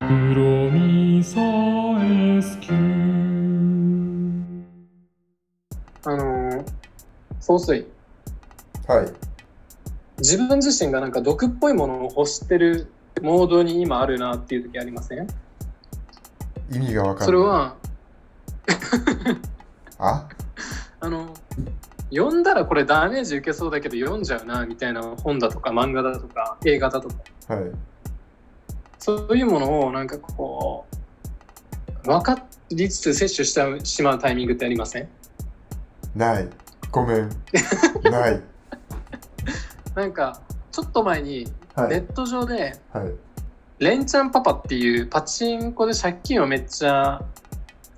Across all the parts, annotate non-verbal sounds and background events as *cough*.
プロミサエス級あのー、総帥、はい。自分自身がなんか毒っぽいものを欲してるモードに今あるなっていう時ありません意味がわかんない。それ。は、ああの、読んだらこれダメージ受けそうだけど読んじゃうなみたいな本だとか漫画だとか映画だとか、はい。そういうものをなんかこう、分かりつつ摂取してしまうタイミングってありませんない。ご *laughs* めん。ない。なんか、ちょっと前にはネい。ット上で、はい。レンチャンパパっていうパチンコで借金をめっちゃ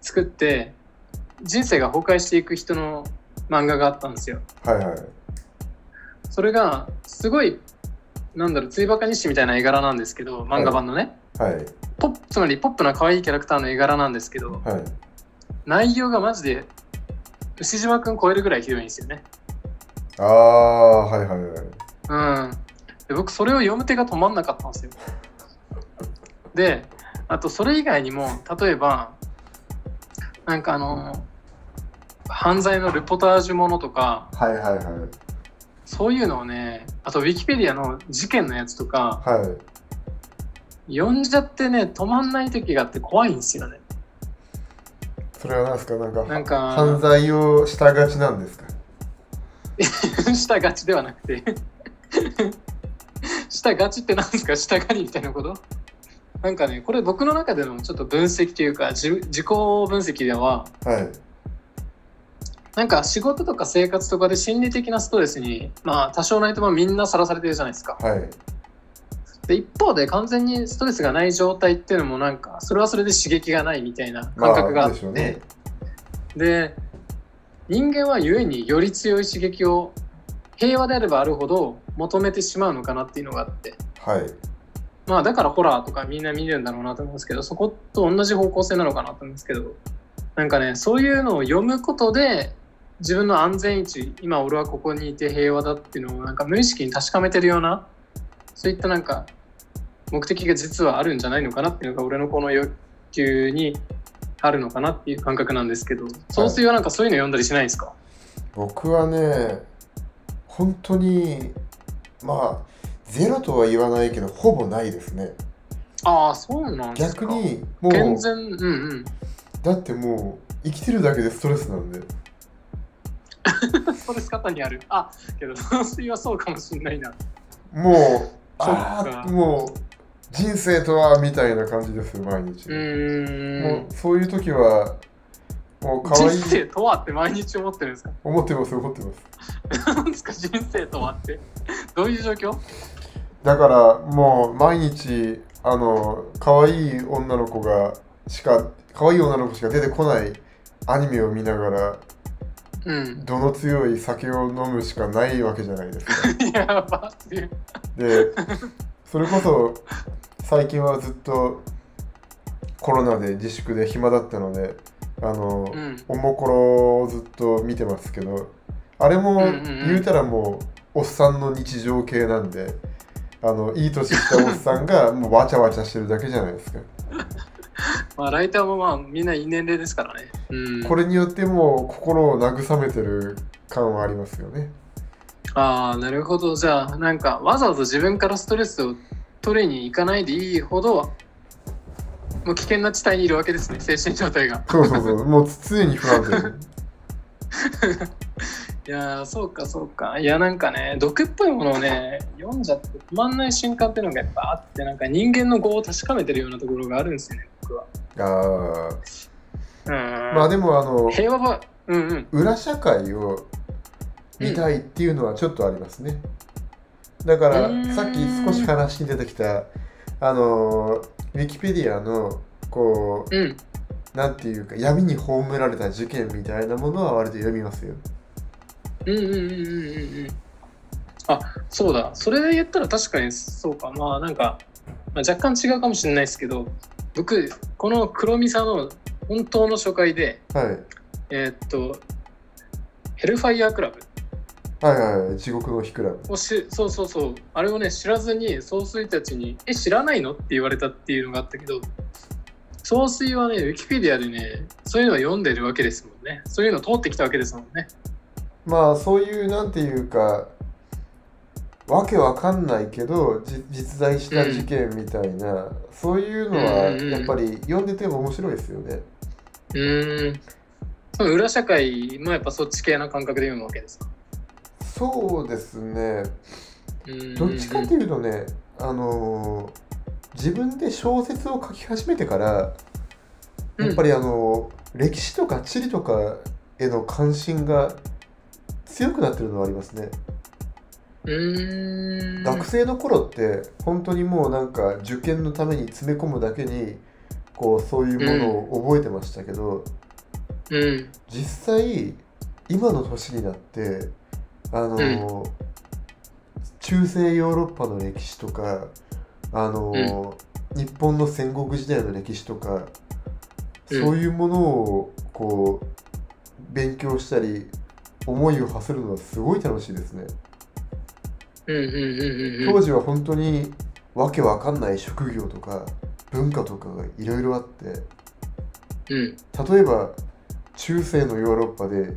作って人生が崩壊していく人の漫画があったんですよ。はいはい。それがすごいなんだろうついばかにしみたいな絵柄なんですけど漫画版のね、はい。ポップつまりポップな可愛いキャラクターの絵柄なんですけどはい。内容がマジで牛島くん超えるぐらいひどいんですよね。ああ、はいはいはい。うん、で僕それを読む手が止まんなかったんですよ。であとそれ以外にも例えばなんかあの犯罪のルポタージュものとかはいはいはい。そういうのをねあとウィキペディアの事件のやつとかはい。読んじゃってね止まんない時があって怖いんですよね。それは何ですかなんかなんか犯罪をしたがちなんですか *laughs* したがちではなくて *laughs* したがちって何ですかしたがりみたいなことなんかねこれ僕の中でのちょっと分析というか自自己分析でははい。なんか仕事とか生活とかで心理的なストレスにまあ多少ないともみんなさらされてるじゃないですかはい。で一方で完全にストレスがない状態っていうのもなんかそれはそれで刺激がないみたいな感覚があまっ、でしてょうでね。人間は故により強い刺激を平和であればあるほど求めてしまうのかなっていうのがあってはい。まあだからホラーとかみんな見るんだろうなと思うんですけどそこと同じ方向性なのかなと思うんですけどなんかねそういうのを読むことで自分の安全位置今俺はここにいて平和だっていうのをなんか無意識に確かめてるようなそういったなんか目的が実はあるんじゃないのかなっていうのが俺のこの欲求にあるのかなっていう感覚なんですけど総帥はなんかそういうの読んだりしないんですか、僕はね、本当に、まあ、ゼロとは言わないけど、ほぼないですね。ああそうなんですか逆に、も健う、全うんうんだってもう、生きてるだけでストレスなんで。ストレス方にあるあけど総帥はそうかもしんないなもう、そっあかあ、もう、人生とは、みたいな感じですよ、毎日。うーもんう、そういう時は、もう、可人愛い生とはって毎日思ってるんですか *laughs* 思ってます、思ってます。何ですか人生とはってどういう状況だから、もう、毎日、あの、可愛い女の子が、しか、可愛い女の子しか出てこないアニメを見ながら、うん度の強い酒を飲むしかないわけじゃないですか。 *laughs* やばっていう *laughs* でそれこそ最近はずっとコロナで自粛で暇だったのであの、うんおもころをずっと見てますけどあれもうんうんうん言うたらもうおっさんの日常系なんであのいい年したおっさ *laughs* んがもうわちゃわちゃしてるだけじゃないですかまあライターもまあみんないい年齢ですからねうんこれによってもう心を慰めてる感はありますよねああなるほどじゃあなんかわざわざ自分からストレスを取りに行かないでいいほどもう危険な地帯にいるわけですね精神状態がそうそうそう *laughs* もう常に不安定いやーそうかそうかいやなんかね毒っぽいものをね読んじゃって止まんない瞬間っていうのがやっぱあってなんか人間の業を確かめてるようなところがあるんですよね僕はああうんまあでもあの平和ばうんうん裏社会を見たいっていうのはちょっとありますね、だかうーんらさっき少し話に出てきたあのウィキペディアのこうんうなんていうか闇に葬られた事件みたいなものは割と読みますようんうんうんうんうんうんあそうだそれで言ったら確かにそうかまあなんか、まあ、若干違うかもしれないですけど僕この黒ミサの本当の初回ではいえーっとヘルファイアークラブはいはいはい地獄の日クラブをしそうそうそうあれをね知らずに総帥たちに「え知らないの?」って言われたっていうのがあったけど総帥はね、ウィキペディアでね、そういうのを読んでるわけですもんね。そういうのを通ってきたわけですもんね。まあそういうなんていうかわけわかんないけどじ実在した事件みたいな、そういうのはうんうんうんやっぱり読んでても面白いですよね。うーん。その裏社会もやっぱそっち系な感覚で読むわけですか。そうですねうーんどっちかっていうとね、あのー自分で小説を書き始めてからやっぱりあのー歴史とか地理とかへの関心が強くなってるのはありますね。うーん。学生の頃って本当にもうなんか受験のために詰め込むだけにこうそういうものを覚えてましたけど、うん。実際今の年になってあの、中世ヨーロッパの歴史とかあの、日本の戦国時代の歴史とかうんそういうものをこう勉強したり思いを馳せるのはすごい楽しいですね。うんうんうんうんう当ん。時は本当にわけわかんない職業とか文化とかがいろいろあってうん。例えば中世のヨーロッパで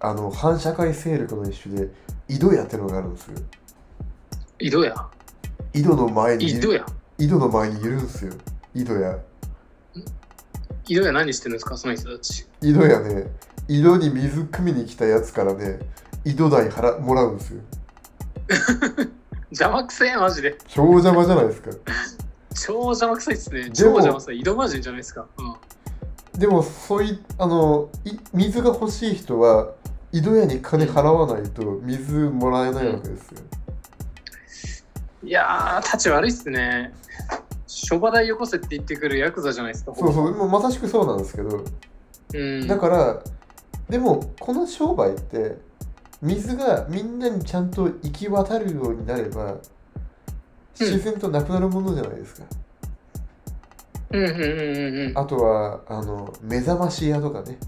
あの反社会勢力の一種で井戸屋ってのがあるんですよ井戸や。井戸の前にい井戸るや。井戸の前にいるんですよ井戸屋井戸や何してるんですか、その人たち。井戸屋ね井戸に水汲みに来たやつからね井戸代払もらうんですよ邪魔くせえ、マジで。超邪魔じゃないですか超邪魔くさいっすね。も超邪魔くさい。井戸魔人じゃないですか。うん。でもそういあのい水が欲しい人は井戸屋に金払わないと水もらえないわけですよ、いやー、立ち悪いっすね。諸場代よこせって言ってくるヤクザじゃないですか。そうそうもうまさしくそうなんですけどうん。だからでもこの商売って水がみんなにちゃんと行き渡るようになれば自然となくなるものじゃないですか、うんうんうんうんうん。あとはあの目覚まし屋とかね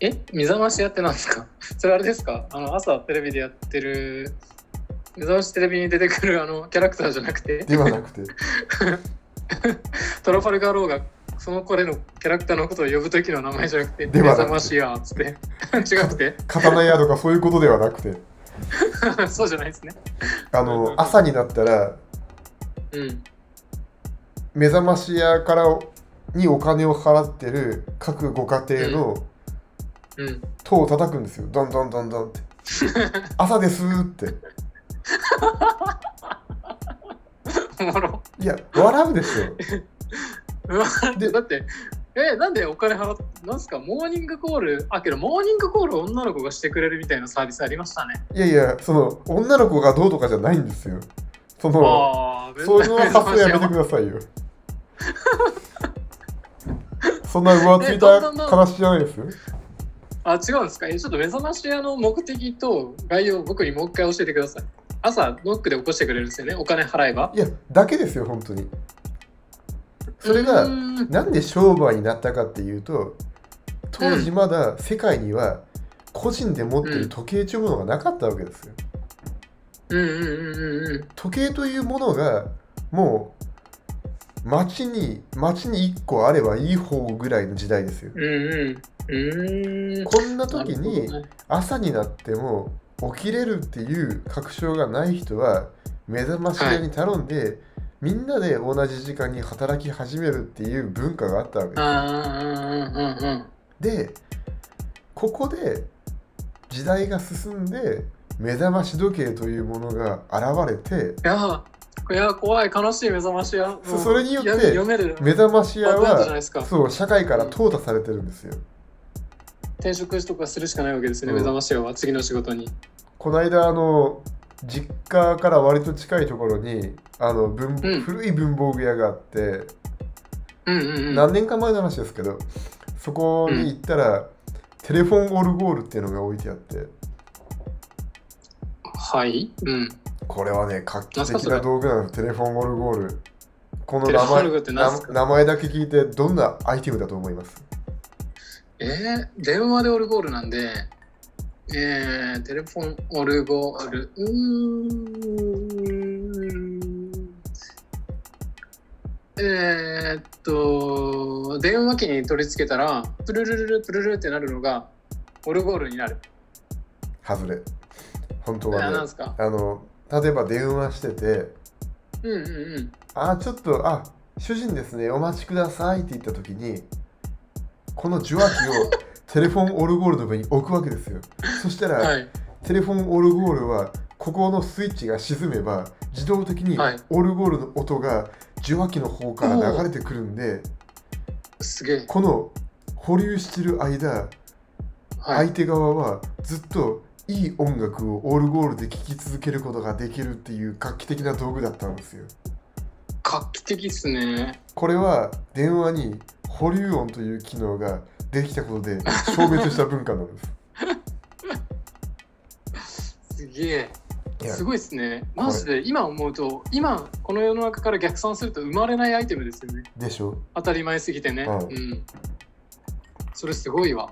え目覚ましやってなんですか *laughs* それあれですかあの朝テレビでやってる目覚ましテレビに出てくるあのキャラクターじゃなく *laughs* てではな *laughs* くてトラファルガーローがそのこれのキャラクターのことを呼ぶ時の名前じゃなくてで目はなく覚ましやっつって違くて *laughs* 刀屋とかそういうことではなくてそうじゃないですねあうんうんうのん朝になったらうん目覚まし屋からにお金を払ってる各ご家庭のうん塔を叩くんですよ、どんどんど *laughs* んどんって朝ですーっておもろいや笑うでしょうわでだってえなんでお金払っなんすかモーニングコールあけどモーニングコールを女の子がしてくれるみたいなサービスありましたねいやいやその女の子がどうとかじゃないんですよそのああーそういうのめはんどさくすさがいやめてくださ *laughs* いよそんな浮ついた話じゃないですよあ、違うんですかえちょっと目覚まし屋の目的と概要を僕にもう一回教えてください。朝、ノックで起こしてくれるんですよね。お金払えば。いやだけですよ本当にそれうーがんなんで商売になったかっていうと当時まだ世界には個人で持ってる時計というものがなかったわけですようんうんうんうん時計というものがもう町に町に1個あればいい方ぐらいの時代ですようん。うんうん。うーん。こんな時になるほどね朝になっても起きれるっていう確証がない人は目覚まし屋に頼んで、みんなで同じ時間に働き始めるっていう文化があったわけです。あーうんうんうんでここで時代が進んで目覚まし時計というものが現れていやー、いやー怖い、悲しい目覚まし屋。そそれによってや読める。目覚まし屋パターンじゃないはですか。そう社会から淘汰されてるんですよ。転職とかするしかないわけですよね、うん目覚まし屋は。次の仕事に。この間あの実家から割と近いところにあの文、うん古い文房具屋があってうんうんうん。何年か前の話ですけどそこに行ったら、テレフォンオルゴールっていうのが置いてあってはい。うん。これはね画期懐か的しいねな道具なのテレフォンオルゴールこのテレ名フォンオ前ルゴールって何すかな名前だけ聞いてどんなアイテムだと思いますえー、電話でオルゴールなんで、えー、テレフォンオルゴール、うーん、えーっと電話機に取り付けたらプルルルルプルルってなるのがオルゴールになる。外れ本当あはなんねですかあの例えば電話しててうんうんうん。あーちょっとあ主人ですねお待ちくださいって言った時にこの受話器をテレフォンオルゴールの上に置くわけですよそしたら、はい。テレフォンオルゴールはここのスイッチが沈めば自動的にはいオルゴールの音が受話器の方から流れてくるんですげえ。この保留してる間はい。相手側はずっといい音楽をオルゴールで聴き続けることができるっていう画期的な道具だったんですよ。画期的っすね。これは電話に保留音という機能ができたことで消滅した文化なんです。すげいえ。*laughs* やすごいっすね。マジで今思うと今この世の中から逆算すると生まれないアイテムですよね。でしょ当たり前すぎてね。はいうん。それすごいわ。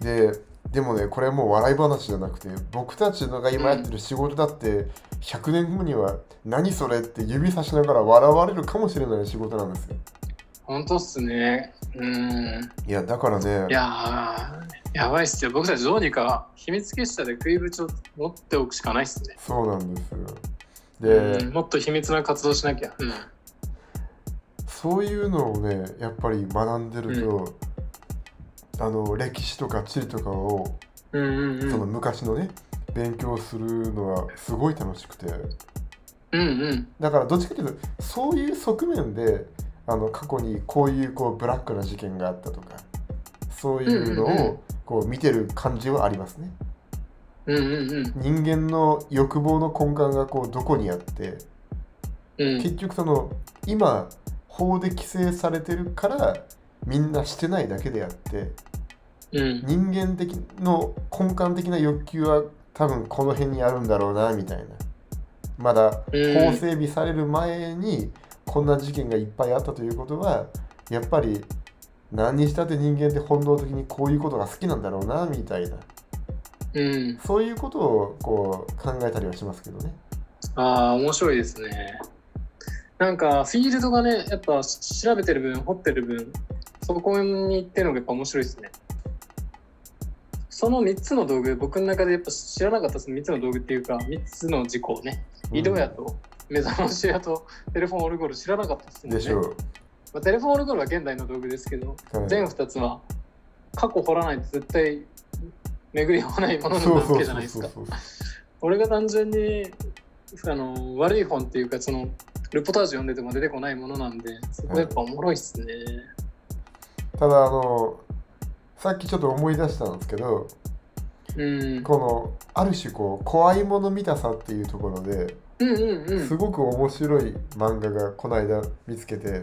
ででもねこれはもう笑い話じゃなくて僕たちのが今やってる仕事だって100年後には「何それ?」って指さしながら笑われるかもしれない仕事なんですよ。本当っすね。うん。いやだからねいやー、やばいっすよ。僕たちどうにか秘密結社で食いぶちを持っておくしかないっすね。そうなんですよ。で、うんもっと秘密な活動しなきゃ。うんそういうのをねやっぱり学んでると、あの歴史とか地理とかをうんうんうそのん。昔のね勉強するのはすごい楽しくてうんうん。だからどっちかというとそういう側面であの過去にこういうこうブラックな事件があったとかそういうのうんうんうんをこう見てる感じはありますね。うんうんうん人間の欲望の根幹がこうどこにあってうん。結局その今法で規制されてるからみんなしてないだけであってうん。人間的の根幹的な欲求は多分この辺にあるんだろうなみたいなまだうん法整備される前にこんな事件がいっぱいあったということはやっぱり何にしたって人間って本能的にこういうことが好きなんだろうなみたいなうん。そういうことをこう考えたりはしますけどねああ、面白いですね。なんか、フィールドがね、やっぱ調べてる分、掘ってる分、そこに行ってるのがやっぱ面白いですね。その3つの道具、僕の中でやっぱ知らなかったその3つの道具っていうか、3つの事項ね。うん井戸屋と目覚まし屋とテレフォンオルゴール知らなかったですね。でしょう、まあ、テレフォンオルゴールは現代の道具ですけど、はい全2つは過去掘らないと絶対巡り合わないものそなうわそうけじゃそなういですそうか。そう俺が単純にあの悪い本っていうかそのルポタージュ読んでても出てこないものなんでそこやっぱおもろいっすね。ただあのさっきちょっと思い出したんですけどうん、このある種こう怖いもの見たさっていうところでうんうんうすんごく面白い漫画がこの間見つけて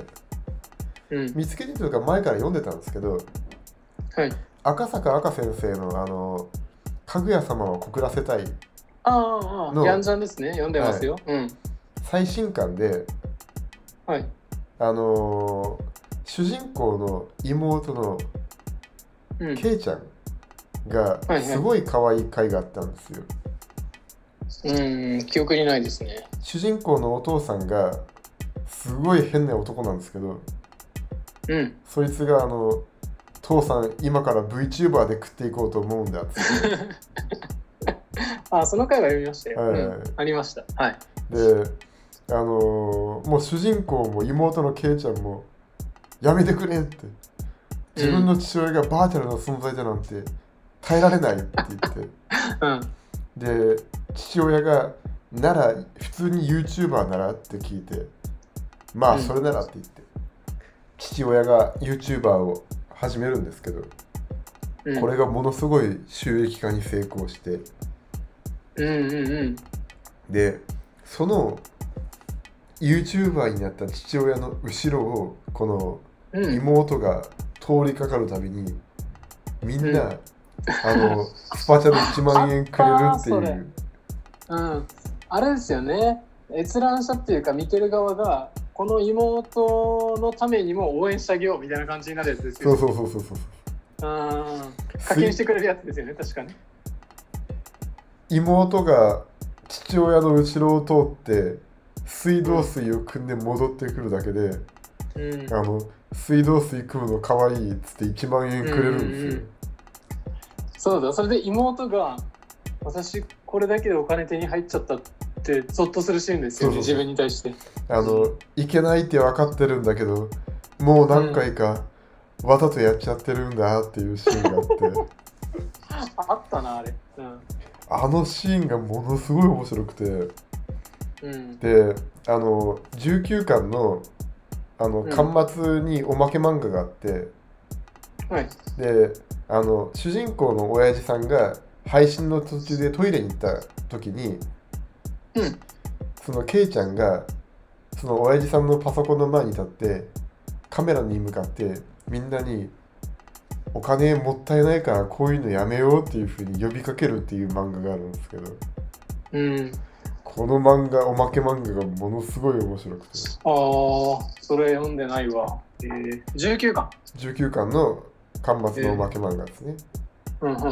うん見つけてというか前から読んでたんですけどはい赤坂赤先生のあの「かぐや様を告らせたいあああのあやんじゃんですね読んでますよ、うん」最新刊ではいあのー主人公の妹のうんけいちゃんがいはいすごい可愛い回があったんですよ。うん記憶にないですね主人公のお父さんがすごい変な男なんですけどうん *laughs* そいつがあの「父さん今から VTuber で食っていこうと思うんだ」っつってああその回は読みましたよ、はいはいはいうんありましたはいであのーもう主人公も妹のケイちゃんも「やめてくれ!」って自分の父親がバーチャルな存在だなんて耐えられないって言ってうんで父親が「なら普通に YouTuber なら?」って聞いて「うまあんそれなら」って言って父親が YouTuber を始めるんですけどうんこれがものすごい収益化に成功してうんうんうんでその YouTuber になった父親の後ろをこのうん妹が通りかかるたびにみんな、う *laughs* あのスパチャで1万円くれるっていあったーそれううん、あれですよね閲覧者っていうか見てる側がこの妹のためにも応援してあげようみたいな感じになるやつですそようそうそうそううそうん課金しすてくれるやつですよね確かに妹が父親の後ろを通って水道水を汲んで戻ってくるだけでうんあの水道水汲むの可愛いっつって1万円くれるんですよ。そうだそれで妹が私これだけでお金手に入っちゃったってゾッとするシーンですよねそうそ自うそう分に対してあのいけないって分かってるんだけどもう何回かわざとやっちゃってるんだっていうシーンがあって、 *laughs* あったなあれうんあのシーンがものすごい面白くて。うんであの19巻のあのうん巻末におまけ漫画があって、はいであの主人公の親父さんが配信の途中でトイレに行った時に、うんそのケイちゃんがその親父さんのパソコンの前に立ってカメラに向かってみんなに「お金もったいないからこういうのやめよう」っていうふうに呼びかけるっていう漫画があるんですけどうんこの漫画おまけ漫画がものすごい面白くて。ああそれ読んでないわえー、19巻19巻の巻末のおまけ漫画ですね。うんうんうんうんう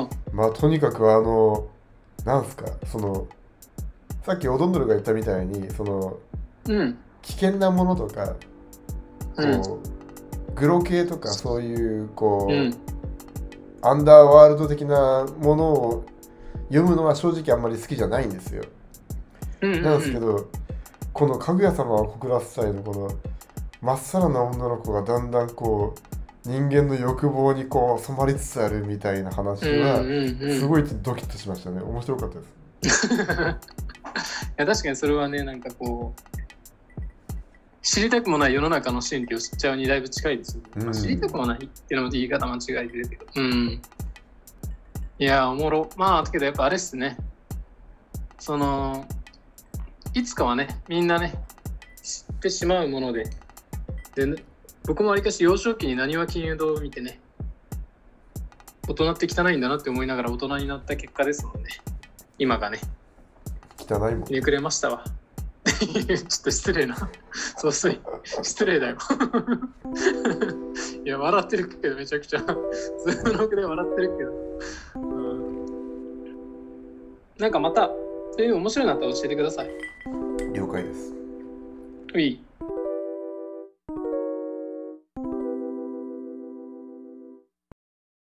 んまあとにかくあのなんすかそのさっきオドンドルが言ったみたいにそのうん危険なものとかうんこう、グロ系とかそういうこう、うんアンダーワールド的なものを読むのは正直あんまり好きじゃないんですよ。うんなんですけど、この「かぐや様を告らせたい」のこのまっさらな女の子がだんだんこう人間の欲望にこう染まりつつあるみたいな話うんは、うんうんすいごいドキッとしましたね面白かったですや確かにそれはねなんかこう知りたくもない世の中の真理を知っちゃうにだいぶ近いですよね、うんまあ知りたくもないっていうのも言い方間違いですけどうんいやおもろまあだけどやっぱあれっすねそのいつかはねみんなね知ってしまうものでで、ね、僕もわりかし幼少期になにわ金融堂を見てね大人って汚いんだなって思いながら大人になった結果ですもんね今がね汚いもんひねくれましたわ。 *laughs* ちょっと失礼な。 *laughs* そうすい。失礼だよ。 *laughs* いや、笑ってるけど、めちゃくちゃ。ズームの奥で笑ってるけど。うん、なんかまた、そういうの面白いなったら教えてください。了解ですうい。